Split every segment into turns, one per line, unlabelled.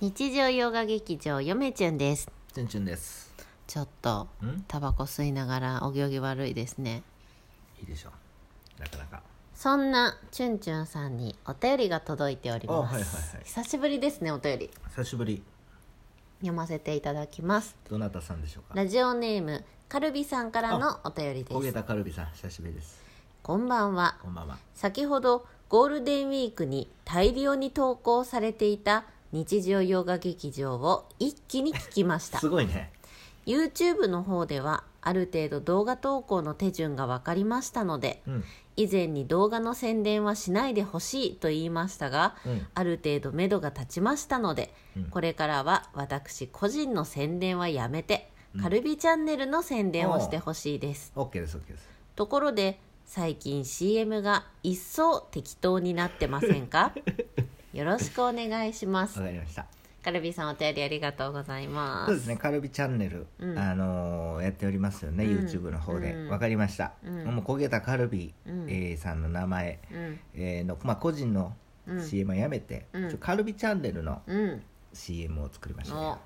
日常洋画劇場よめちゅんです
チュンチュンです。
ちょっと
ん
タバコ吸いながらお行儀悪いですね
いいでしょう。なかなか。
そんなちゅんちゅんさんにお便りが届いております、
あはいはいはい
久しぶりですねお便り
久しぶり。
読ませていただきます
どなたさんでしょうか。
ラジオネームカルビさんからのお便り
焦
で
げ
す
たカルビさん、久しぶりです。
こんばんは
こんばんは。
先ほどゴールデンウィークに大量に投稿されていた日常洋画劇場を一気に聞きま した
すごいね。
YouTube の方ではある程度動画投稿の手順が分かりましたので
うん。
以前に動画の宣伝はしないでほしいと言いましたが、
うん
ある程度目処が立ちましたので、
うん
これからは私個人の宣伝はやめて、カルビチャンネルの宣伝をしてほしいです
オッケーです、オッケーです。
ところで最近 CM が一層適当になってません かよろしくお願いします
わかりました。
カルビさんお便りありがとうございま
そう
す
ですね、カルビチャンネル、
うん
あのーやっておりますよね、
うん
YouTube の方で。
うん
わかりました。
うん
もう焦げたカルビ、
うん
えーさんの名前、
うん
えーの、まあ、個人の
うん
CM はやめて、
うん
ちょカルビチャンネルの
うん
CM を作りましたね
お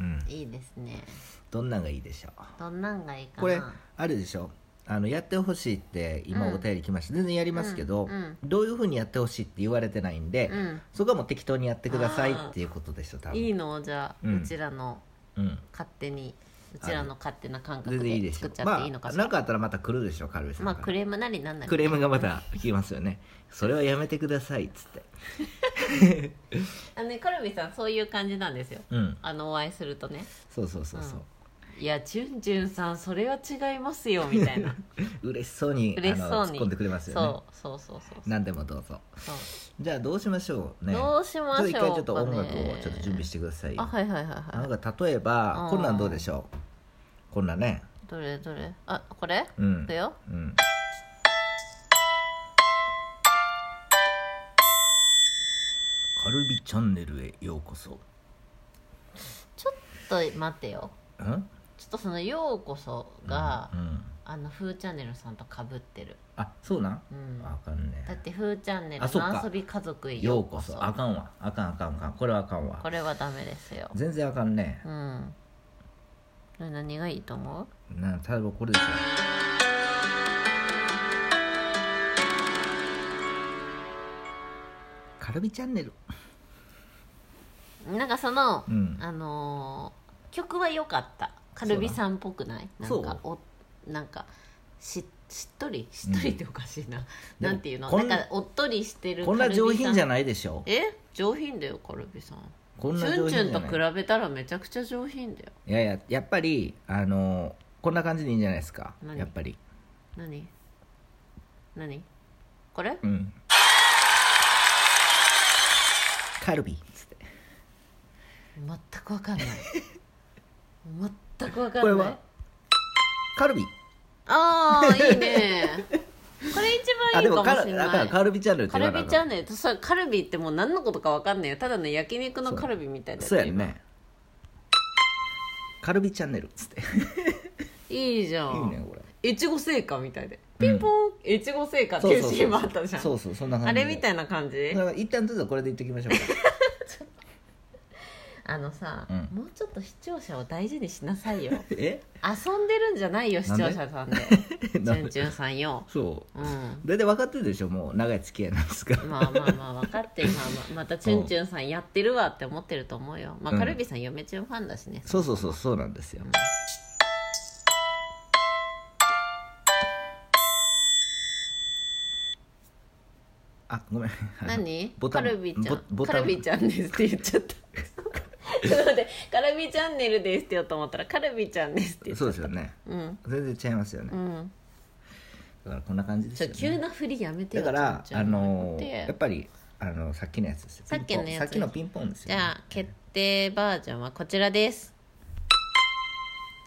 うん。
いいですね
どんなんがいいでしょう。
どんなんがいいかな
これあるでしょあのやってほしいって今
うん
お便り来ました、全然やりますけど、
うんうん
どういうふうにやってほしいって言われてないんで、
うん
そこはもう適当にやってくださいっていうことでしょ多分
いいのじゃあ、う
うん
ちらの
うん、
勝手にうちらの勝手な感覚
全然いい
で
でし
作
ょ
っちゃっ
ま
ていいのか
あ
しら、
何かあったらまた来るでしょカルビさん
ま
か
あ
ら、
クレームなりなんなり
クレームがまた来ますよねそれはやめてくださいっつって
あのねカルビさんそういう感じなんですよ
うん
あのお会いするとね
そうそうそうそう、
いやチュンチュンさんそれは違いますよみた いな
嬉しそうに
嬉しそ
あ
う
の突っ
に
込んでくれますよね
そうそうそうそう
何でもどうぞ
そう
じゃあどうしましょうね
どうしましょうかね
ちょっと一回ちょっと音楽をちょっと準備してくださいよ
あはいはいはい
な
は
んか例えば、
うん
こんなんどうでしょうこんなんね
いどれどれあこれ、
うん
だよ
うんカルビチャンネルへようこそん
ちょっと待ってよちょっとその「ようこそが」
うんうん
あの「フーチャンネル」さんとかぶってる、
あそうなん
うん、
あかんね
だって「フーチャンネル」
あそっ
の
か
遊び家族へ
よ
よ
う
う
こ
こそ
そあかんわあかんあかんあかんこれはあかんわ
これはダメですよ
全然あかんね
うんこれ何がいいと思う
な例えばこれでしょカルビチャンネル
なんかその、
うん
あのー曲は良かったカルビさんっぽくないな
そ
ん
う
かおなんかししっとりしっとりっておかしいな、なんていうの
こ
なんんかおっとりしてる
こんな上品じゃ
ない
ないでしょ
え上品だよカルビさん
こん
チ
な
ュ
上
ン
品
チ
じゃ
ュン
な
と
い
比べたらめちゃくちゃ上品だよ
いやいややっぱりあのこんな感じでいいんじゃないですか
何
やっぱり
何何これ
うんカルビっつって
全くわかんない 全くわかんない
これはカルビ
ああいい ねこれ一番いいかも
カ
しれ
ルだか
な
ら
い
カルビチャンネルって
カ
言わ
ル
な
ビ
あかん
チャンネルってそれカルビってもう何のことかわかんないよただの焼肉のカルビみたいだよ
そうやんねカルビチャンネルっつって
いいじゃ
いい
ん
ねこれ
越後製菓みたいでピンポン越後製菓っていうシーンもあったじゃん
そうそうそんな感
あ
じで
れみたいな感じ
だから一旦ちょっとこれでいっときましょうか
あのさ、
うん
もうちょっと視聴者を大事にしなさいよ
え
遊んでるんじゃないよ視聴
なんで
者さんでチ
な
ュンチュンさんよ
そううん大体分かってるでしょもう長い付き合いなんですから
まあまあまあ分かってるまあまあまたチュンチュンさんやってるわって思ってると思うよまあ
うん
カルビさん嫁チュンファンだしね
そうそうそうそうなんですよ、あごめんあの
何
ボタ
カ
ン
ルビちゃん
ボボ
カ
タン
ルビちゃんですって言っちゃったちょっと待ってカルビチャンネルですって言おうと思ったらカルビちゃんですって言っち
そ
ゃ
う
っ
ですよね
たうん
全然違いますよね、
うん
だからこんな感じで
ち
す
ょ
よ、ね、
急な振りやめてよ
だから
ちょ
あ
っと
の
待っ
ー
て
やっぱりあのさっきのやつですよ
さっきのやつ
ピンポンさっきのピンポンですよ、
じ
ね、
ゃあ決定バージョンはこちらです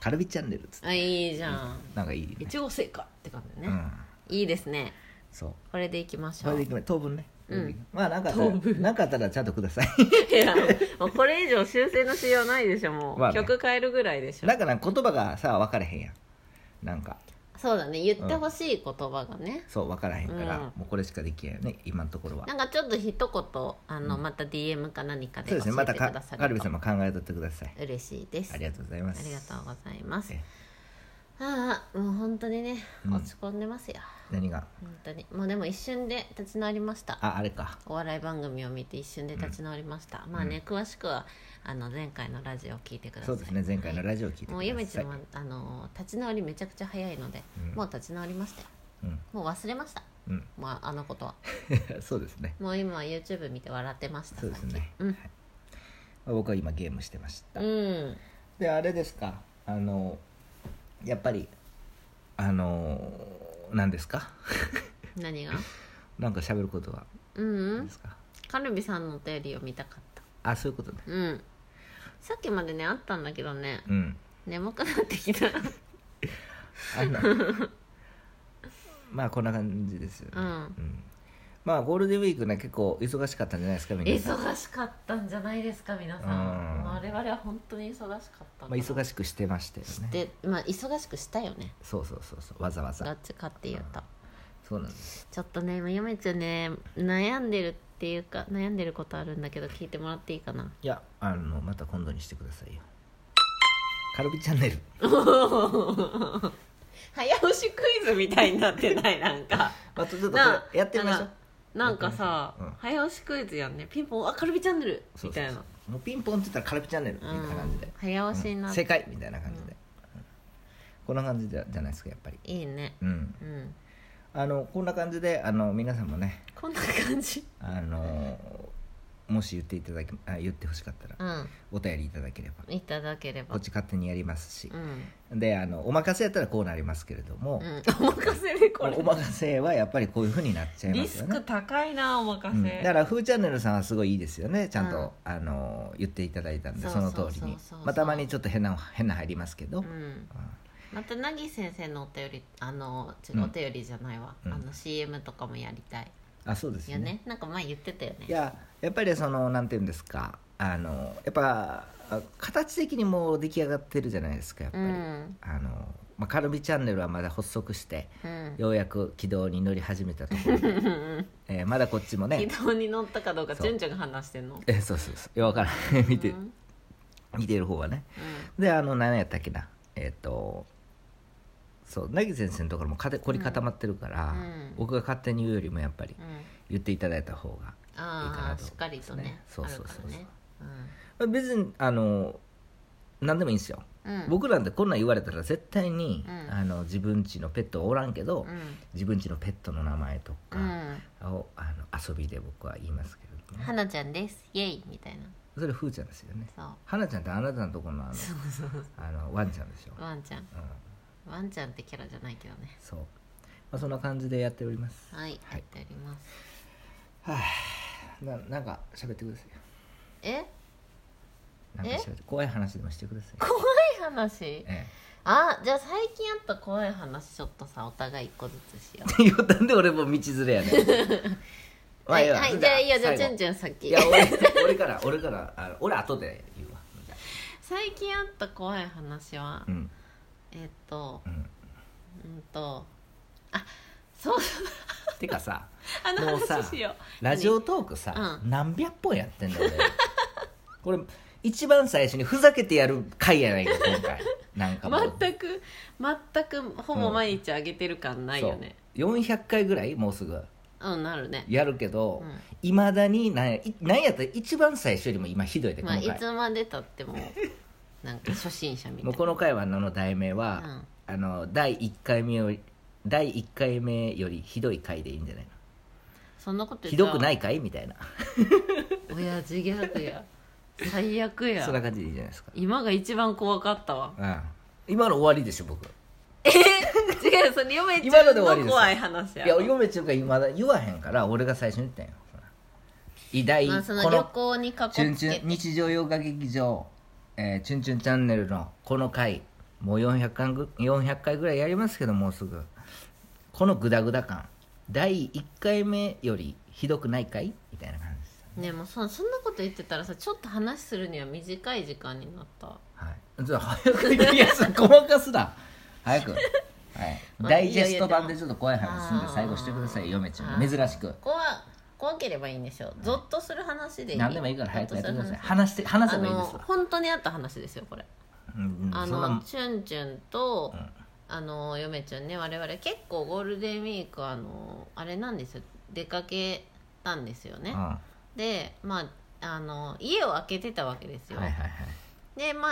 カルビチャンネルっつって
あいいじゃん
なんかいいね
一応成果って感じ
う
ね
ん
いいですね
そう
これでいきまし
そ
ょ
れ
う
でい
い
くね当分ね、
うん
まあなんかあったら
当分
なんかあったらちゃんとください
やもうこれ以上修正のしようないでしょもう
まあね
曲変えるぐらいでしょ
なんかなんか言葉がさ分かれへんやんなんか
そうだね言ってほしい言葉がね、
そう分からへんから、
うん
もうこれしかできないよね今のところは
なんかちょっと一言あの、
うん
また DM か何かで
そう
教
ですね
え
また
てく
か
ださ
カ
る
ルビ
と
様考えとってください
嬉しいです
ありがとうございます
ありがとうございます
え
ああもう本当にね
うん
落ち込んでますよ、
何が
本当にもうでも一瞬で立ち直りました
ああれか
お笑い番組を見て一瞬で立ち直りました、まあね詳しくはあの前回のラジオを聞いてください
そうですね前回の
ジ
ラジオを聞いてください
もうゆめちゃんはあの立ち直りめちゃくちゃ早いので、
うん
もう立ち直りましたよ
うん
もう忘れました
うん
まああのことは
そうですね
もう今 YouTube 見て笑ってました
そうです
さっ
ね、
うん
はいまあ僕は今ゲームしてまし
き
た、
うん
であれですかあのやっぱりあの何ですか
何が
なんか喋ることは
うんう
で
ん
すか、
カルビさんのお便りを見たかった
あそういうことね
うんさっきまでねあったんだけどね
うん
眠くなってきた
あんなまあこんな感じですよね、
うん
まあゴールデンウィークね結構忙しかったんじゃないですか皆さん、
忙しかったんじゃないですか皆さん
うん
我々は本当に忙しかったん
ま
だ
あ、
な
忙しくしてましたよね
でまあ忙しくしたよね
そうそうそうそうわざわ
ど
ざ
っちかっていうと
そうなんです
ちょっとね今ゆめちゃんね悩んでるっていうか悩んでることあるんだけど聞いてもらっていいかない
やあのまた今度にしてくださいよカルビチャンネル
早押しクイズみたいになってないなんか
またちょっとこ
な
れやってみましょう
なんかさ、
うん
早押しクイズやんねピンポンあカルビチャンネル
そ
み
うそう
たい
そう
な
もうピンポンって言ったらカルビチャンネルみたいな感じで
うん、早押しに
う
なっ
ん
て、
正解みたいな感じで、うんこんな感じでじゃないですかやっぱり
いいね
うん
うん
あのこんな感じであの皆さんもね
こんな感じ
あのーもし言っていただきあ言ってほしかったら
うん
お便りいただければ
いただけれ
こ
ば
っち勝手にやりますし
う、ん、
であのお任せやったらこうなりますけれども
う、ん、お任せでこれ
おお任せはやっぱりこういうふうになっちゃいま
リス
すよ
ク
ね。
高いなお任
うん
せ、
だから「ふーチャンネル」さんはすごいいいですよねちゃ
う
ん
ん
と、あのー言っていただいたんで
そう
そ
そう
の
そう
通りに
そうそう
まあたまにちょっと変な変な入りますけど、
うん
う
また凪先生のお便りあの違
う
う
ん
お便りじゃないわ、
うん
あの CM とかもやりたい
んあそうです
よ
よ
ね
ね
なんか前言ってたよね
いややっぱりそのなんていうんですかあのやっぱあ形的にもう出来上がってるじゃないですかやっぱ
う
り、
ん
あの、まあ、カルビチャンネルはまだ発足して
うん
ようやく軌道に乗り始めた ところで、えーまだこっちも
軌
ね
道に乗ったかどうか
そう
純ちゃんが話してんの
えーそうそうそうよう分からん 見て、
うん
見てる方はねであの何やったっけなえっ、とそう凪先生のところもかて凝り固まってるから、
うん
僕が勝手に言うよりもやっぱり
うんうん
言っていただいた方がいいか
あ
な
あ
と
しっかりとね
そうそうそうそう
あるからね
まあ別にあの何でもいいんですよ、
うんうん
僕なんてこんなん言われたら絶対に、
うん
あの自分家のペットおらんけど、
うん
自分家のペットの名前と
う
か、
ん
をあの遊びで僕は言いますけれども、ね、
花ちゃんですイエイみたいな
それふーちゃんですよね
そ
はなちゃんってあなたのところのあの
うそうそう
あのワンちゃんでしょ、
ワンちゃん
うん、
ワンちゃんってキャラじゃないけどね
そう、まあ、そんな感じでやっております
はい
は
や
い
っております
はあななんか喋ってくださいよ
え
なんか喋って怖い話でもしてください
怖い話
え
あじゃあ最近あった怖い話ちょっとさお互い一個ずつしよう
え言ったんで俺もう道連れやねま あ
はい、
わ
はい、じゃあいいよじゃあち
最
ゅ
後
んちゅん先
いや俺俺から俺からあの俺後で言うわ
最近あった怖い話は、
うん
えっと
うん
うんとあそう
てかさ
あの
もうさ
話しよ
ラジオトークさ、
う
何百本やってんだよ俺 これ一番最初にふざけてやる回やないか今 回なんか
う
もう
全く全くほぼ毎日あげてる感ないよね
そう400回ぐらいもうすぐ
うん、なるね
やるけど
うん
いま、未だになんやいなんやったら一番最初よりも今ひどいで今
まあ
回、
いつまでたってもなんか初心者みた
も
いう
この回はあの題名は、
な、
あの第1回目より第一回目よりひどい回でいいんじゃないの
うん、そんなこと言
ひどくないい回みたいな
親父ギャグや最悪や
そんな感じでいいじゃないですか、
今が一番怖かった わ
うん、今の終わりでしょ僕
違うそれ嫁ち
今の
ゃん
で終わり
の
です
怖い話や
いや嫁ちゅうか今だ言わへんから俺が最初に言ったんよ偉大、
まあその
こ
旅
の
行にかこ
チュン
つ
チュ
け
ン日常洋画劇場、えーチュンチュンチャンネルのこの回もう400回ぐ400回ぐらいやりますけどもうすぐこのグダグダ感第1回目よりひどくない回みたいな感じです、
ねもうそそんなこと言ってたらさちょっと話するには短い時間になった
はい、ちょっと早くいやそれごまかすな早くはい、
まあ
ダイジェスト版でちょっと怖い話すんで
あー
最後してくださいよ嫁ちゃん
はい
珍しく
怖怖ければいいんでしょうゾッとする話でいい
何でもいいから早くやってください
ゾッとする
話して話
話
せばいい
あ
で
の
すわ
本当にあった話ですよこれ
うんうん
あ
そん
の
な
チュンチュンと、
うん
あの嫁ちゃんね我々結構ゴールデンウィークあのあれなんですよ出かけたんですよね、
うん
でまああの家を開けてたわけですよ、
はいはいはい
でまあ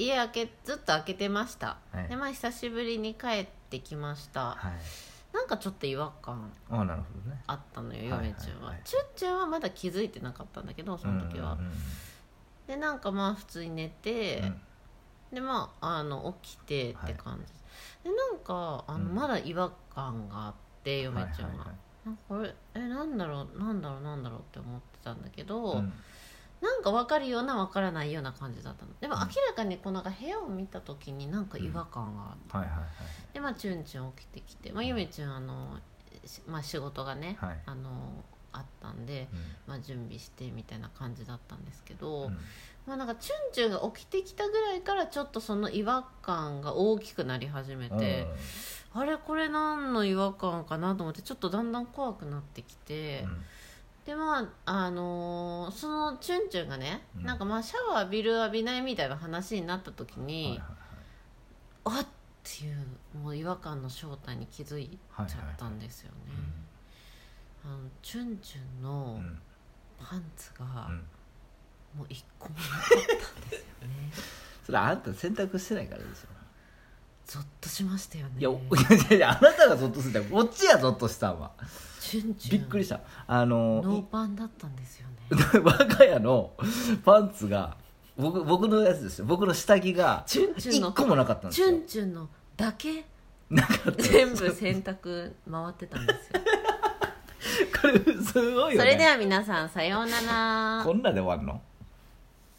家開けずっと開けてました、
はい
でまあ久しぶりに帰ってきました、
はい
なんかちょっと違和感
ああなるほどね
あったのよ
はいはい
嫁ちゃんは、
はい
チュンちゃんはまだ気づいてなかったんだけどその時は、
うんうん
でなんかまあ普通に寝て、
うん
でまああの起きてって感じ、でなんかあの、
うん
まだ違和感があって
うん
嫁ちゃんは,、
はいはい
なんかこれえなんだろうなんだろうなんだろうって思ってたんだけど、
はいうん
なんか分かるような分からないような感じだったのでも
う
明
ん
らかにこうなんか部屋を見た時になんか違和感があって、
はいはいはい
でまあチュンチュン起きてきて、まあ、
うん
ゆめちゃんあの、しまあ、仕事がね、
はい
あのあったんで、
う
まあ、準備してみたいな感じだったんですけど、
んうん
まあ、なんかチュンチュンが起きてきたぐらいからちょっとその違和感が大きくなり始めて、あれこれ何の違和感かなと思ってちょっとだんだん怖くなってきて、
うん
でまああのーそのチュンチュンがね、
うん
なんかまあシャワー浴びる浴びないみたいな話になった時
はい
に、あっっていうもう違和感の正体に気づいちゃったんですよね、あのチュンチュン
はい
の
はいうん
パンツが
うん
もう一個もなかった んですよね、
それあんた選択してないからでしょ
ゾッとしましたよね
いや、いやいやあなたがゾッとしてたこっちやゾッとしたんは
チュンチュ
び
ン
っくりしたあの
ノーパンだったんですよね
我が家のパンツが僕僕のやつですよ僕の下着が
チュンチュンの
1個もなかったんです
チ
よ
ュンチュンのだけ
なかった
全部洗濯回ってたんですよ
これすごいよね
それでは皆さんさようなら
こんなで終わんの